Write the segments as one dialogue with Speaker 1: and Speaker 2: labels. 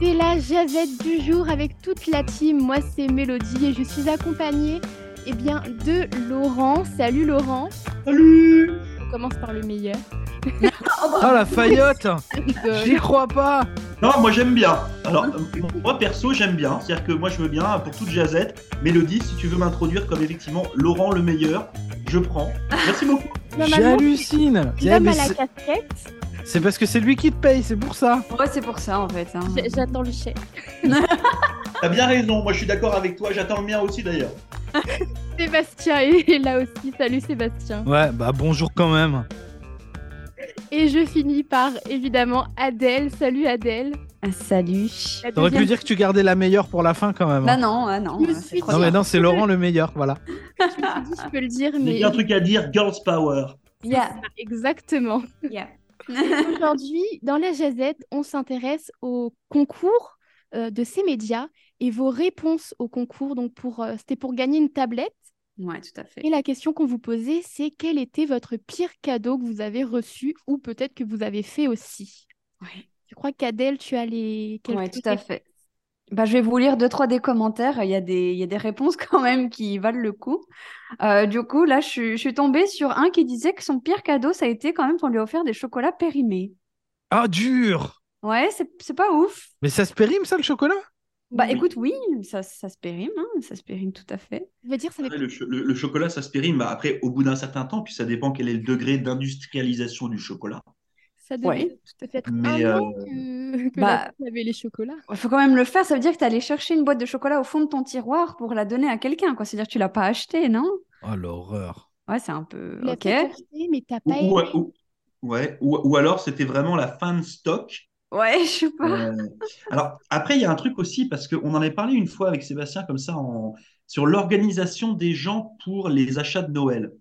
Speaker 1: c'est la jazette du jour avec toute la team. Moi, c'est Mélodie et je suis accompagnée eh bien, de Laurent. Salut Laurent.
Speaker 2: Salut
Speaker 1: On commence par le meilleur.
Speaker 3: Ah la faillotte
Speaker 1: Euh,
Speaker 3: J'y crois pas
Speaker 2: Non, moi j'aime bien. Alors, euh, moi perso, j'aime bien. C'est-à-dire que moi je veux bien, pour toute jazette, Mélodie, si tu veux m'introduire comme effectivement Laurent le meilleur, je prends. Merci beaucoup.
Speaker 1: Normalement,
Speaker 3: J'hallucine
Speaker 1: tu
Speaker 3: Yeah,
Speaker 1: l'homme
Speaker 3: mais
Speaker 1: à la
Speaker 3: c'est-
Speaker 1: casquette.
Speaker 3: C'est parce que c'est lui qui te paye, c'est pour ça
Speaker 4: Ouais, c'est pour ça en fait. hein.
Speaker 1: J- J'attends le chèque.
Speaker 2: T'as bien raison, moi je suis d'accord avec toi, j'attends le mien aussi d'ailleurs.
Speaker 1: Sébastien est là aussi. Salut Sébastien.
Speaker 3: Ouais, bah bonjour quand même
Speaker 1: Et je finis par évidemment Adèle. Salut Adèle.
Speaker 4: Ah, salut.
Speaker 1: La
Speaker 3: T'aurais pu
Speaker 1: deuxième-
Speaker 3: dire que tu gardais la meilleure pour la fin quand même
Speaker 4: Bah
Speaker 3: hein.
Speaker 4: non, ah non.
Speaker 1: Je me
Speaker 4: c'est
Speaker 1: suis
Speaker 4: trop
Speaker 3: Non
Speaker 1: dit-
Speaker 4: bien.
Speaker 3: mais non, c'est Laurent le meilleur, voilà
Speaker 1: Je me suis dit, je peux le dire,
Speaker 2: J'ai
Speaker 1: mais
Speaker 2: bien un truc à dire, Girls Power.
Speaker 4: Yeah,
Speaker 1: exactement.
Speaker 4: yeah.
Speaker 1: Aujourd'hui, dans la Jazette, on s'intéresse au concours euh, de ces médias et vos réponses au concours. Donc, pour, euh, c'était pour gagner une tablette.
Speaker 4: Ouais, tout à fait.
Speaker 1: Et la question qu'on vous posait, c'est quel était votre pire cadeau que vous avez reçu ou peut-être que vous avez fait aussi
Speaker 4: Ouais.
Speaker 1: Je crois qu'Adèle, tu as les. quelques
Speaker 4: Ouais, tout à fait. Bah, je vais vous lire deux, trois des commentaires. Il y a des, il y a des réponses quand même qui valent le coup. Euh, du coup, là, je, suis- je suis tombée sur un qui disait que son pire cadeau, ça a été quand même qu'on lui a offert des chocolats périmés.
Speaker 3: Ah dur
Speaker 4: Ouais, c'est c'est pas ouf.
Speaker 3: Mais ça se périme ça le chocolat
Speaker 4: Bah
Speaker 2: Oui.
Speaker 4: écoute, oui, ça, ça se périme, hein, ça se périme tout à fait.
Speaker 1: Je veux dire, ça fait
Speaker 2: Après, le, cho- le- le chocolat, ça se périme bah, après au bout d'un certain temps, puis ça dépend quel est le degré d'industrialisation du chocolat.
Speaker 1: ça devait
Speaker 4: Ouais, tout à fait.
Speaker 1: peut-être un
Speaker 2: Mais, euh,
Speaker 1: an que, que
Speaker 4: Bah-
Speaker 1: la- avait les chocolats.
Speaker 4: Il faut quand même le faire, ça veut dire que tu allé chercher une boîte de chocolat au fond de ton tiroir pour la donner à quelqu'un, quoi. C'est-à-dire que tu l'as pas acheté, non?
Speaker 3: Oh l'horreur
Speaker 4: Ouais, c'est un peu.
Speaker 1: Tu l'as
Speaker 4: Ok.
Speaker 1: peut-être acheté, mais t'as pas
Speaker 2: Ou,
Speaker 1: aimé.
Speaker 2: ou- ou- ouais, ou- ou alors c'était vraiment la fin de stock.
Speaker 4: Ouais, je sais pas.
Speaker 2: Euh, alors, après, il y a un truc aussi, parce qu'on en avait parlé une fois avec Sébastien, comme ça, en- sur l'organisation des gens pour les achats de Noël.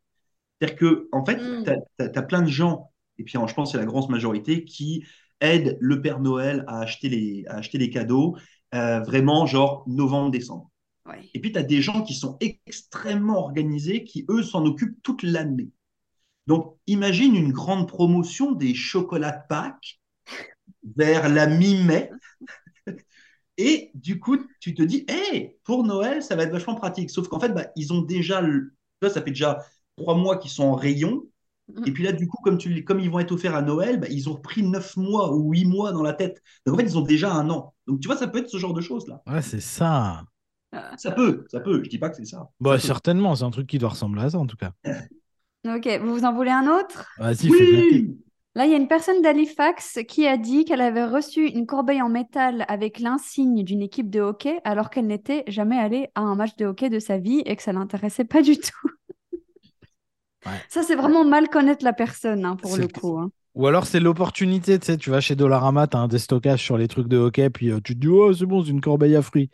Speaker 2: C'est-à-dire que, en fait,
Speaker 4: Mm.
Speaker 2: tu as, plein de gens, et puis en- je pense que c'est la grande majorité, qui aident le Père Noël à acheter les, à acheter les cadeaux, euh, vraiment, genre novembre, décembre.
Speaker 4: Ouais.
Speaker 2: Et puis, tu as des gens qui sont extrêmement organisés, qui, eux, s'en occupent toute l'année. Donc, imagine une grande promotion des chocolats de Pâques vers la mi-mai. Et du coup, tu te dis, hey, pour Noël, ça va être vachement pratique. Sauf qu'en fait, bah, ils ont déjà, le- tu vois, ça fait déjà trois mois qu'ils sont en rayon.
Speaker 4: Mhm.
Speaker 2: Et puis là, du coup, comme, tu, les- comme ils vont être offerts à Noël, bah, ils ont pris neuf mois ou huit mois dans la tête. Donc, en fait, ils ont déjà un an. Donc, tu vois, ça peut être ce genre de choses, là.
Speaker 3: Ouais c'est ça
Speaker 2: Ça peut, ça peut. Je dis pas que c'est ça.
Speaker 3: Bah
Speaker 2: Ça peut.
Speaker 3: certainement, c'est un truc qui doit ressembler à ça en tout cas
Speaker 4: Ok, vous vous en voulez un autre?
Speaker 3: Vas-y, fais gâter.
Speaker 2: Oui,
Speaker 4: Là, il y a une personne d'Halifax qui a dit qu'elle avait reçu une corbeille en métal avec l'insigne d'une équipe de hockey alors qu'elle n'était jamais allée à un match de hockey de sa vie et que ça l'intéressait pas du tout.
Speaker 3: Ouais.
Speaker 4: Ça, c'est vraiment mal connaître la personne hein, pour
Speaker 3: C'est-
Speaker 4: le coup. hein.
Speaker 3: Ou alors c'est l'opportunité, tu sais, tu vas chez Dollarama, t'as un déstockage sur les trucs de hockey, puis euh, tu te dis, oh c'est bon, c'est une corbeille à fruits.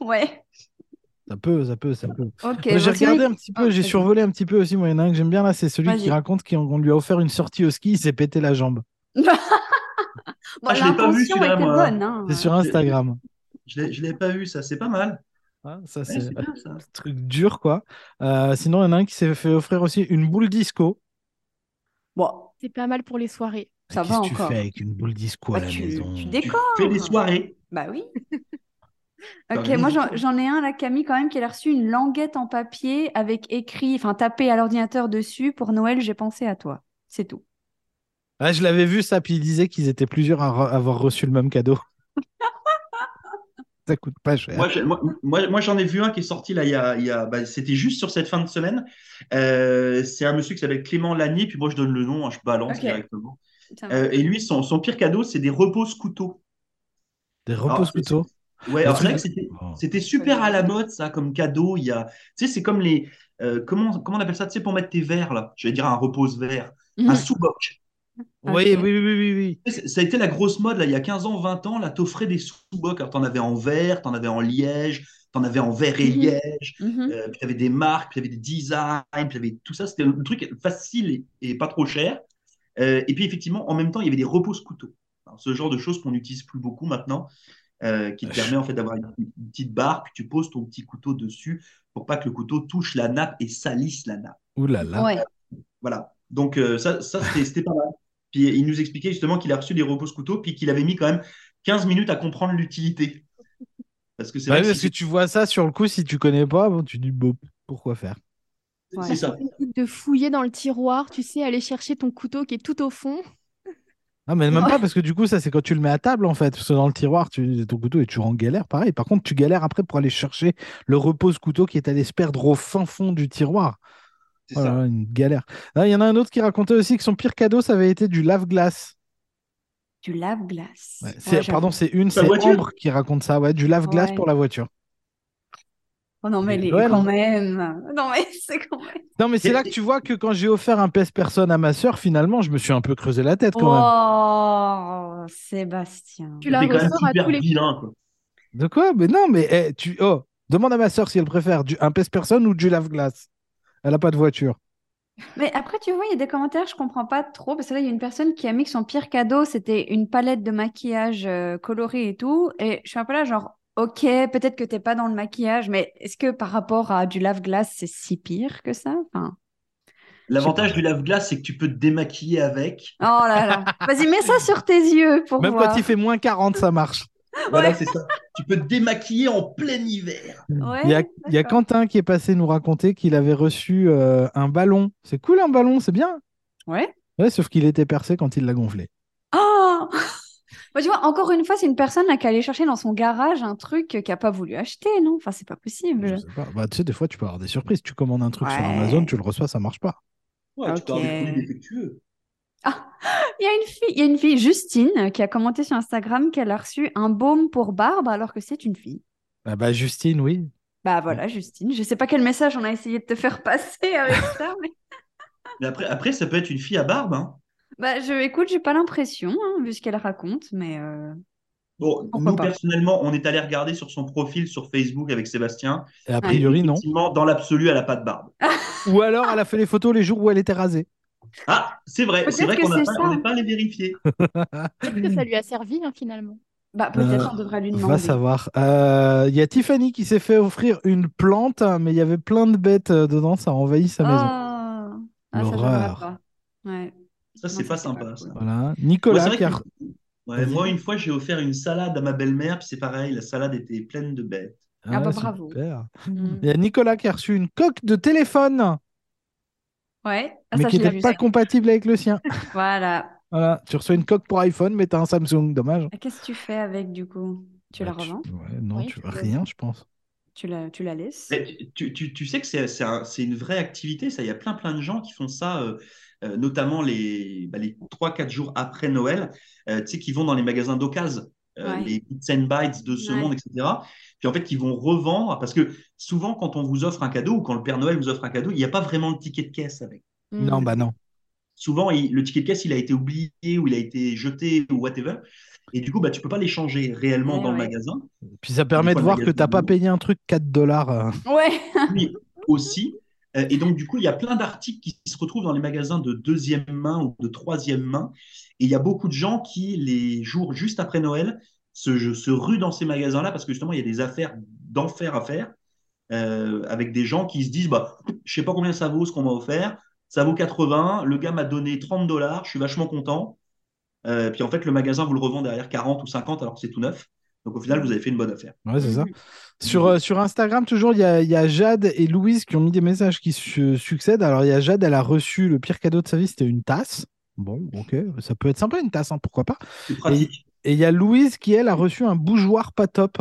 Speaker 4: Ouais.
Speaker 3: Ça peut, ça peut, ça peut.
Speaker 4: Ok.
Speaker 3: Moi, j'ai
Speaker 4: bon, celui-
Speaker 3: regardé un petit peu,
Speaker 4: Ah,
Speaker 3: j'ai
Speaker 4: vas-y.
Speaker 3: survolé un petit peu aussi. Moi, il y en a un que j'aime bien là, c'est celui qui
Speaker 4: Vas-y.
Speaker 3: raconte qu'on qu'on lui a offert une sortie au ski, il s'est pété la jambe.
Speaker 4: Bon,
Speaker 2: Ah, je l'ai pas vu,
Speaker 4: l'intention
Speaker 2: celui-là,
Speaker 4: était
Speaker 2: moi.
Speaker 4: bonne. hein.
Speaker 3: C'est sur Instagram.
Speaker 2: je l'ai- je l'ai pas eu, ça. C'est pas mal.
Speaker 3: Ah, ça,
Speaker 2: Ouais,
Speaker 3: c'est
Speaker 2: c'est bien, ça.
Speaker 3: un truc dur, quoi. Euh, sinon, il y en a un qui s'est fait offrir aussi une boule disco.
Speaker 4: Bon,
Speaker 1: C'est pas mal pour les soirées.
Speaker 4: Ça
Speaker 3: Qu'est-ce
Speaker 4: va
Speaker 3: que tu
Speaker 4: encore.
Speaker 3: fais avec une boule disco à
Speaker 4: bah,
Speaker 3: la
Speaker 4: tu,
Speaker 3: maison
Speaker 4: tu
Speaker 2: Tu
Speaker 4: déconnes.
Speaker 2: fais des soirées.
Speaker 4: Bah oui.
Speaker 2: Bah
Speaker 4: Ok,
Speaker 2: oui.
Speaker 4: moi j'en j'en ai un là, Camille, quand même, qui a reçu une languette en papier avec écrit, enfin tapé à l'ordinateur dessus. Pour Noël, j'ai pensé à toi. C'est tout.
Speaker 3: Ah, je l'avais vu ça, puis il disait qu'ils étaient plusieurs à re- avoir reçu le même cadeau. ça coûte pas cher.
Speaker 2: Moi, j'ai- moi, moi- moi, j'en ai vu un qui est sorti là, il y a, il y a- bah, c'était juste sur cette fin de semaine. Euh, c'est un monsieur qui s'appelle Clément Lanier, puis moi je donne le nom, hein, je balance
Speaker 4: Ok.
Speaker 2: directement. Euh, et lui, son, son pire cadeau, c'est des reposes couteaux.
Speaker 3: Des
Speaker 2: Alors,
Speaker 3: repose couteaux
Speaker 2: Ouais, alors Ah,
Speaker 3: Le
Speaker 2: c'est
Speaker 3: truc-
Speaker 2: vrai que c'était,
Speaker 3: Oh.
Speaker 2: c'était super à la mode ça comme cadeau. Il y a, tu sais, c'est comme les, euh, comment, comment on appelle ça, tu sais, pour mettre tes verres là. Je vais dire un repose verre, un sous-boc.
Speaker 4: Ok.
Speaker 3: Oui, oui, oui, oui, oui.
Speaker 2: C'est- Ça a été la grosse mode, là, il y a 15 ans, 20 ans, là, t'offrais des sous-bocs. Alors, t'en avais en verre, t'en avais en liège, t'en avais en verre et
Speaker 4: Mhm.
Speaker 2: liège,
Speaker 4: Mhm.
Speaker 2: euh, puis t'avais des marques, puis t'avais des designs, puis t'avais tout ça. C'était un truc facile et, et pas trop cher. Euh, et puis, effectivement, en même temps, il y avait des repose-couteaux. Alors, Ce genre de choses qu'on n'utilise plus beaucoup maintenant, euh, qui te
Speaker 3: Euh,
Speaker 2: permet en fait d'avoir une, une petite barre, puis tu poses ton petit couteau dessus pour pas que le couteau touche la nappe et salisse la nappe.
Speaker 3: Ouh là là. Bah
Speaker 4: Ouais.
Speaker 2: Voilà. Donc, euh, ça, ça c'était c'était pas mal. Puis, il nous expliquait justement qu'il a reçu des repose-couteaux, puis qu'il avait mis quand même 15 minutes à comprendre l'utilité. Parce que c'est
Speaker 3: Bah
Speaker 2: vrai
Speaker 3: oui,
Speaker 2: que
Speaker 3: parce
Speaker 2: si-
Speaker 3: que tu vois ça sur le coup, si tu connais pas, bon, tu dis bon, pourquoi faire
Speaker 4: Ouais.
Speaker 2: c'est ça.
Speaker 1: de fouiller dans le tiroir, tu sais, aller chercher ton couteau qui est tout au fond.
Speaker 3: Non, mais même
Speaker 4: Ouais.
Speaker 3: pas, parce que du coup, ça, c'est quand tu le mets à table, en fait. Parce que dans le tiroir, tu, ton couteau est toujours en galère, pareil. Par contre, tu galères après pour aller chercher le repose-couteau qui est allé se perdre au fin fond du tiroir.
Speaker 2: C'est
Speaker 3: Oh là
Speaker 2: ça.
Speaker 3: là, une galère. Là, il y en a un autre qui racontait aussi que son pire cadeau, ça avait été du lave-glace.
Speaker 4: Du lave-glace.
Speaker 3: Ouais,
Speaker 4: Ouais,
Speaker 3: c'est-
Speaker 4: Ah, j'avoue.
Speaker 3: pardon, c'est une,
Speaker 2: Sa
Speaker 3: c'est
Speaker 2: voiture
Speaker 3: Ambre qui raconte ça, ouais, du lave-glace
Speaker 4: Ouais.
Speaker 3: pour la voiture.
Speaker 4: Oh non, mais
Speaker 3: Mais
Speaker 4: les-
Speaker 3: Noël,
Speaker 4: quand
Speaker 3: hein.
Speaker 4: même. Non, mais c'est quand même.
Speaker 3: Non, mais c'est
Speaker 2: Et-
Speaker 3: là que tu vois que quand j'ai offert un pèse personne à ma sœur, finalement, je me suis un peu creusé la tête quand même.
Speaker 4: Oh, Sébastien.
Speaker 1: Tu la
Speaker 2: T'es quand même
Speaker 1: ressors à
Speaker 2: super
Speaker 1: tous les coups.
Speaker 2: vilain. quoi.
Speaker 4: Oh.
Speaker 3: De quoi? Mais non, mais eh, tu. Oh, demande à ma sœur si elle préfère du... un pèse personne ou du lave-glace. Elle a pas de voiture.
Speaker 4: Mais après, tu vois, il y a des commentaires, je comprends pas trop. Parce que là, il y a une personne qui a mis que son pire cadeau, c'était une palette de maquillage euh, colorée et tout. Et je suis un peu là, genre, ok, peut-être que t'es pas dans le maquillage, mais est-ce que par rapport à du lave-glace, c'est si pire que ça? Enfin...
Speaker 2: L'avantage du lave-glace, c'est que tu peux te démaquiller avec.
Speaker 4: Oh là là. Vas-y, mets ça sur tes yeux pour
Speaker 3: Même
Speaker 4: voir.
Speaker 3: quand il fait moins 40, ça marche.
Speaker 2: Voilà,
Speaker 4: Ah Ouais.
Speaker 2: c'est ça. Tu peux te démaquiller en plein hiver.
Speaker 4: Ouais,
Speaker 3: Il y a, il y a
Speaker 4: d'accord.
Speaker 3: Quentin qui est passé nous raconter qu'il avait reçu euh, un ballon. C'est cool un ballon, c'est bien.
Speaker 4: Ouais.
Speaker 3: Ouais, sauf qu'il était percé quand il l'a gonflé.
Speaker 4: Oh Bah, tu vois, encore une fois, c'est une personne là, qui allait chercher dans son garage un truc qu'elle n'a pas voulu acheter, non Enfin, c'est pas
Speaker 3: Je
Speaker 4: possible.
Speaker 3: sais pas. Bah, tu sais, des fois, tu peux avoir des surprises. Tu commandes un truc sur
Speaker 4: Ouais.
Speaker 3: Amazon, tu le reçois, ça marche pas.
Speaker 2: Ouais, Tu
Speaker 4: Ok.
Speaker 2: parles des produits défectueux.
Speaker 4: Il y a une fille, il y a une fille Justine, qui a commenté sur Instagram qu'elle a reçu un baume pour barbe alors que c'est une fille.
Speaker 3: Ah bah, Justine, oui.
Speaker 4: Bah
Speaker 3: Mm.
Speaker 4: voilà, Justine, je sais pas quel message on a essayé de te faire passer avec ça, mais
Speaker 2: Mais après, après, ça peut être une fille à barbe. hein.
Speaker 4: bah je écoute, j'ai pas l'impression hein, vu ce qu'elle raconte, mais euh,
Speaker 2: Bon,
Speaker 4: Pourquoi
Speaker 2: nous,
Speaker 4: pas.
Speaker 2: personnellement, on est allé regarder sur son profil sur Facebook avec Sébastien.
Speaker 3: Et a
Speaker 4: Ah,
Speaker 3: priori, non.
Speaker 2: Effectivement, dans l'absolu, elle n'a pas de barbe.
Speaker 3: Ou alors, elle a fait les photos les jours où elle était rasée.
Speaker 2: Ah, c'est vrai, c'est
Speaker 4: Peut-être
Speaker 2: vrai
Speaker 4: que
Speaker 2: qu'on n'a
Speaker 4: c'est
Speaker 2: pas,
Speaker 4: ça.
Speaker 2: on n'est pas allé vérifier.
Speaker 1: Peut-être que ça lui a servi hein, finalement.
Speaker 4: bah peut-être
Speaker 3: Euh,
Speaker 4: on devrait lui demander.
Speaker 3: Va savoir. Euh, Il y a Tiffany qui s'est fait offrir une plante, hein, mais il y avait plein de bêtes euh, dedans, ça a envahi sa
Speaker 4: Ah,
Speaker 3: maison.
Speaker 4: ah, ça, j'aimerais
Speaker 3: L'horreur.
Speaker 4: pas. Ouais.
Speaker 2: Ça, c'est
Speaker 4: Non, ça,
Speaker 2: pas
Speaker 4: c'est pas
Speaker 2: sympa.
Speaker 4: cool.
Speaker 2: ça.
Speaker 3: Voilà.
Speaker 2: Moi,
Speaker 3: Nicolas
Speaker 2: c'est vrai
Speaker 3: qui a-
Speaker 2: que- Ouais, moi, une fois, j'ai offert une salade à ma belle-mère, puis c'est pareil, la salade était pleine de bêtes.
Speaker 4: Ah bah,
Speaker 3: ouais,
Speaker 4: bravo.
Speaker 3: super.
Speaker 4: Mm.
Speaker 3: Il y a Nicolas qui a reçu une coque de téléphone,
Speaker 4: Ouais. Ah,
Speaker 3: mais
Speaker 4: ça,
Speaker 3: qui
Speaker 4: je l'ai
Speaker 3: n'était
Speaker 4: vu,
Speaker 3: pas
Speaker 4: ça.
Speaker 3: compatible avec le sien.
Speaker 4: Voilà.
Speaker 3: Voilà. Tu reçois une coque pour iPhone, mais t'as un Samsung, dommage.
Speaker 4: Et Qu'est-ce que tu fais avec du coup? Tu la
Speaker 3: Bah,
Speaker 4: revends?
Speaker 3: ouais, non,
Speaker 1: Oui,
Speaker 3: tu...
Speaker 1: tu peux.
Speaker 3: rien, je pense.
Speaker 4: Tu la, tu la laisses?
Speaker 2: Mais tu, tu- tu sais que c'est c'est un- c'est une vraie activité, ça. Il y a plein, plein de gens qui font ça, euh, euh, notamment les, bah, les 3-4 jours après Noël, euh, tu sais, qui vont dans les magasins d'occasion, euh,
Speaker 4: Ouais.
Speaker 2: les Bits and Bytes de ce
Speaker 4: Ouais.
Speaker 2: monde, etc. Puis en fait, qui vont revendre, parce que souvent, quand on vous offre un cadeau ou quand le Père Noël vous offre un cadeau, il n'y a pas vraiment le ticket de caisse avec.
Speaker 3: Non,
Speaker 1: Mmh.
Speaker 4: Mm.
Speaker 3: bah non.
Speaker 2: Souvent, il- le ticket de caisse, il a été oublié ou il a été jeté ou whatever. Et du coup, bah, tu peux pas l'échanger réellement
Speaker 4: Eh
Speaker 2: dans le
Speaker 4: ouais.
Speaker 2: magasin.
Speaker 3: Puis ça permet
Speaker 2: Des fois,
Speaker 3: de
Speaker 2: le
Speaker 3: voir que
Speaker 2: magasin
Speaker 3: t'as
Speaker 2: est
Speaker 3: pas
Speaker 2: bleu.
Speaker 3: payé un truc 4 dollars. euh.
Speaker 4: Ouais.
Speaker 2: Oui, aussi. Euh, Et donc, du coup, il y a plein d'articles qui se retrouvent dans les magasins de deuxième main ou de troisième main. Et il y a beaucoup de gens qui, les jours juste après Noël, se, se ruent dans ces magasins-là parce que justement, il y a des affaires d'enfer à faire euh, avec des gens qui se disent bah, Je sais pas combien ça vaut ce qu'on m'a offert. Ça vaut 80. Le gars m'a donné 30 dollars. Je suis vachement content. Euh, puis en fait, le magasin vous le revend derrière 40 ou 50 alors que c'est tout neuf. Donc au final, vous avez fait une bonne affaire.
Speaker 3: Ouais, c'est ça.
Speaker 4: Mhm.
Speaker 3: Sur, euh, sur Instagram, toujours, il y a, il y a Jade et Louise qui ont mis des messages qui se succèdent. Alors, il y a Jade, elle a reçu le pire cadeau de sa vie, c'était une tasse. Bon, ok, ça peut être sympa une tasse, hein, pourquoi pas.
Speaker 2: C'est pratique.
Speaker 3: Et il y a Louise qui, elle, a reçu un bougeoir pas top.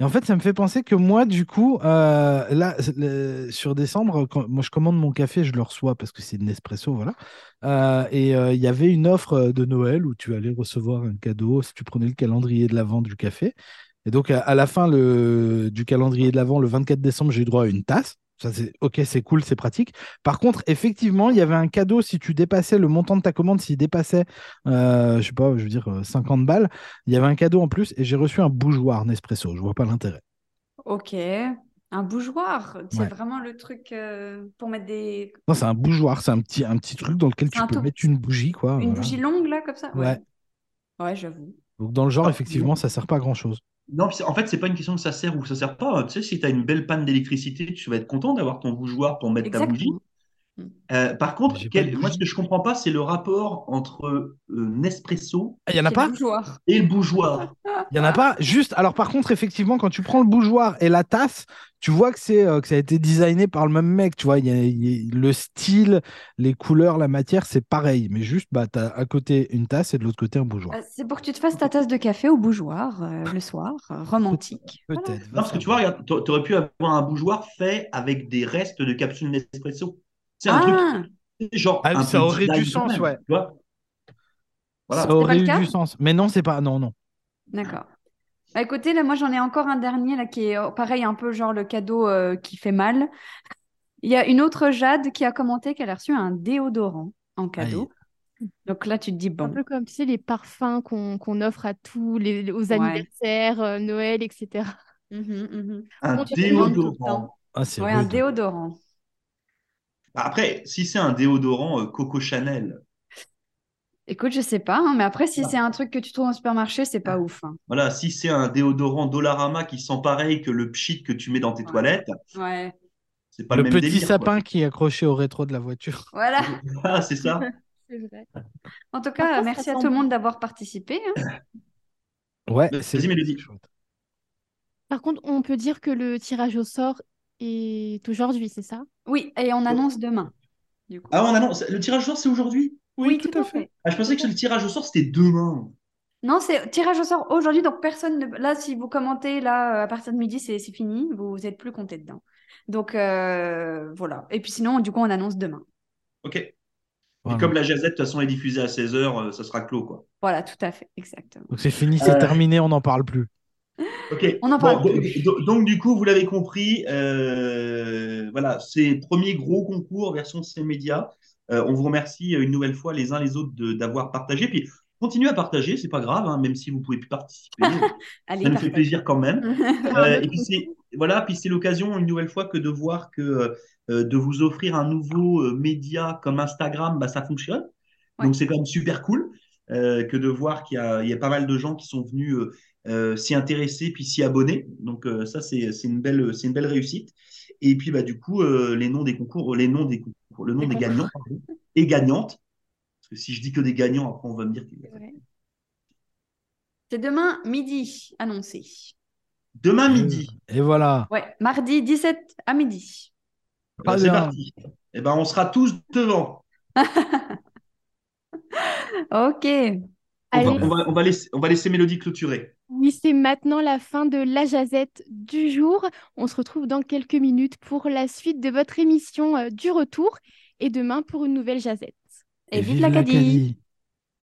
Speaker 3: Et en fait, ça me fait penser que moi, du coup, euh, là, le- sur décembre, quand moi, je commande mon café, je le reçois parce que c'est Nespresso, voilà. Euh, et euh, il y avait une offre euh, de Noël où tu allais recevoir un cadeau si tu prenais le calendrier de l'Avent du café. Et donc, à, à la fin le, du calendrier de l'Avent, le 24 décembre, j'ai eu droit à une tasse. Ça, c'est OK, c'est cool, c'est pratique. Par contre, effectivement, il y avait un cadeau si tu dépassais le montant de ta commande, s'il dépassait, euh, je sais pas, je veux dire, euh, 50 balles. Il y avait un cadeau en plus et j'ai reçu un bougeoir Nespresso. Je vois pas l'intérêt.
Speaker 4: Ok. Un bougeoir, c'est
Speaker 3: Ouais.
Speaker 4: vraiment le truc euh, pour mettre des
Speaker 3: Non, c'est un bougeoir, c'est un petit, un petit truc dans lequel
Speaker 4: C'est
Speaker 3: tu
Speaker 4: un
Speaker 3: peux
Speaker 4: tout-
Speaker 3: mettre une bougie, quoi.
Speaker 4: une
Speaker 3: Oh, voilà.
Speaker 4: bougie longue là comme ça.
Speaker 3: Ouais.
Speaker 4: Ouais, j'avoue.
Speaker 3: Donc dans le
Speaker 4: Oh,
Speaker 3: genre,
Speaker 2: Ah,
Speaker 3: effectivement, ça sert pas à grand chose.
Speaker 2: Non, puis c'est- en fait, c'est pas une question que ça hein. sert ou que ça sert pas. Tu sais, si tu as une belle panne d'électricité, tu vas être content d'avoir ton bougeoir pour mettre ta bougie.
Speaker 4: Exactement.
Speaker 2: Euh, par contre,
Speaker 3: J'ai
Speaker 2: quel-
Speaker 3: pas de
Speaker 2: moi, ce que je comprends pas, c'est le rapport entre euh, Nespresso
Speaker 3: Il y en a pas
Speaker 4: Bonjour.
Speaker 2: et le bougeoir.
Speaker 4: Ah,
Speaker 3: Il y en a pas. Juste, alors par contre, effectivement, quand tu prends le bougeoir et la tasse, tu vois que c'est euh, que ça a été designé par le même mec. Tu vois, il y a- il y a- le style, les couleurs, la matière, c'est pareil. Mais juste, bah, t'as à côté une tasse et de l'autre côté un bougeoir.
Speaker 4: Euh, C'est pour que tu te fasses ta tasse de café au bougeoir euh, le soir, euh, romantique.
Speaker 3: Peut-être.
Speaker 4: Voilà.
Speaker 2: Non, parce que tu vois, regarde, tu aurais pu avoir un bougeoir fait avec des restes de capsules Nespresso. C'est un truc
Speaker 4: Ah,
Speaker 2: genre
Speaker 3: Ah oui,
Speaker 2: un
Speaker 3: ça
Speaker 2: peu
Speaker 3: aurait du
Speaker 2: design
Speaker 3: sens,
Speaker 2: quand même,
Speaker 3: ouais.
Speaker 2: tu vois. Voilà.
Speaker 3: Ça aurait
Speaker 4: le
Speaker 3: eu
Speaker 4: cas
Speaker 3: du sens. Mais non, c'est pas. Non, non.
Speaker 4: d'accord. Bah, écoutez, là, moi, j'en ai encore un dernier là, qui est euh, pareil, un peu genre le cadeau euh, qui fait mal. Il y a une autre Jade qui a commenté qu'elle a reçu un déodorant en cadeau. Donc là, tu te dis,
Speaker 1: Un
Speaker 4: bon,
Speaker 1: peu comme, tu sais, les parfums qu'on qu'on offre à tous, les, les- aux
Speaker 4: Ouais.
Speaker 1: anniversaires, euh, Noël, etc.
Speaker 4: mhm, mhm.
Speaker 2: Un
Speaker 1: Bon, tu fais le monde
Speaker 4: tout le temps.
Speaker 2: déodorant.
Speaker 3: Ah, Mmh. c'est
Speaker 4: ouais, un
Speaker 3: rude.
Speaker 4: déodorant.
Speaker 2: Bah, Après, si c'est un déodorant euh, Coco Chanel,
Speaker 4: Écoute, je sais pas, hein, mais après, si
Speaker 2: Ah.
Speaker 4: c'est un truc que tu trouves en supermarché, c'est pas ouf. hein.
Speaker 2: voilà, si c'est un déodorant Dollarama qui sent pareil que le pchit que tu mets dans tes
Speaker 4: Ouais.
Speaker 2: toilettes,
Speaker 4: Ouais,
Speaker 2: c'est pas
Speaker 3: Le
Speaker 2: le, même
Speaker 3: petit
Speaker 2: délire, quoi.
Speaker 3: sapin qui est accroché au rétro de la voiture.
Speaker 4: voilà.
Speaker 2: Ah, c'est ça.
Speaker 1: C'est vrai.
Speaker 4: En tout cas,
Speaker 1: Parfois, ça
Speaker 4: merci à
Speaker 1: sent
Speaker 4: tout le
Speaker 1: bon.
Speaker 4: monde d'avoir participé. hein.
Speaker 3: Ouais,
Speaker 2: Vas-y,
Speaker 3: c'est
Speaker 2: Mélodie.
Speaker 3: chouette.
Speaker 1: Par contre, on peut dire que le tirage au sort est aujourd'hui, c'est ça?
Speaker 4: Oui, et on annonce demain. du coup.
Speaker 2: Ah, on annonce. Le tirage au sort, c'est aujourd'hui?
Speaker 4: Oui, tout à fait.
Speaker 2: Ah, je pensais que le tirage au sort, c'était demain.
Speaker 4: Non, c'est tirage au sort aujourd'hui, donc personne ne... Là, si vous commentez, là, euh, à partir de midi, c'est c'est fini, vous n'êtes plus compté dedans. Donc, euh, voilà. Et puis sinon, du coup, on annonce demain.
Speaker 2: Ok. Et
Speaker 3: Voilà.
Speaker 2: comme la Jazette, de toute façon, est diffusée à 16h, ça sera clos, quoi.
Speaker 4: Voilà, tout à fait, exactement.
Speaker 3: Donc c'est fini, c'est
Speaker 2: Euh.
Speaker 3: terminé, on n'en parle plus.
Speaker 2: Ok.
Speaker 4: On
Speaker 2: Bon,
Speaker 4: en parle
Speaker 2: do- do- donc, du coup, vous l'avez compris, euh, voilà, c'est premier gros concours version C-Média. Euh, on vous remercie euh, une nouvelle fois les uns les autres de- d'avoir partagé. Puis, continuez à partager, c'est pas grave, hein, même si vous pouvez plus participer.
Speaker 4: Allez,
Speaker 2: ça nous fait
Speaker 4: partagez.
Speaker 2: plaisir quand même.
Speaker 1: Un
Speaker 2: Euh,
Speaker 1: autre
Speaker 2: et puis c'est voilà, puis c'est l'occasion une nouvelle fois que de voir que euh, de vous offrir un nouveau euh, média comme Instagram, bah, ça fonctionne.
Speaker 4: Ouais.
Speaker 2: Donc c'est quand même super cool euh, que de voir qu'il y a, il y a pas mal de gens qui sont venus euh, euh, s'y intéresser puis s'y abonner. Donc euh, ça c'est c'est une belle c'est une belle réussite. Et puis bah du coup euh, les noms des concours, les noms des concours, le nom
Speaker 4: Des
Speaker 2: des
Speaker 4: concours.
Speaker 2: gagnants pardon, et gagnantes. Parce que si je dis que des gagnants, après on va me dire qu'il y a-
Speaker 4: Ouais. C'est demain midi annoncé.
Speaker 2: demain midi.
Speaker 3: Et voilà.
Speaker 4: Ouais, mardi 17 à midi.
Speaker 3: Pas
Speaker 2: Bah, c'est
Speaker 3: bien.
Speaker 2: parti. Et ben on sera tous devant.
Speaker 4: Ok.
Speaker 2: On va,
Speaker 1: Allez.
Speaker 2: on va- on va laisser, on va laisser Mélodie clôturer.
Speaker 1: Oui, c'est maintenant la fin de la jazette du jour. On se retrouve dans quelques minutes pour la suite de votre émission euh, du retour et demain pour une nouvelle jazette.
Speaker 4: Et, vive l'Acadie.
Speaker 3: l'Acadie.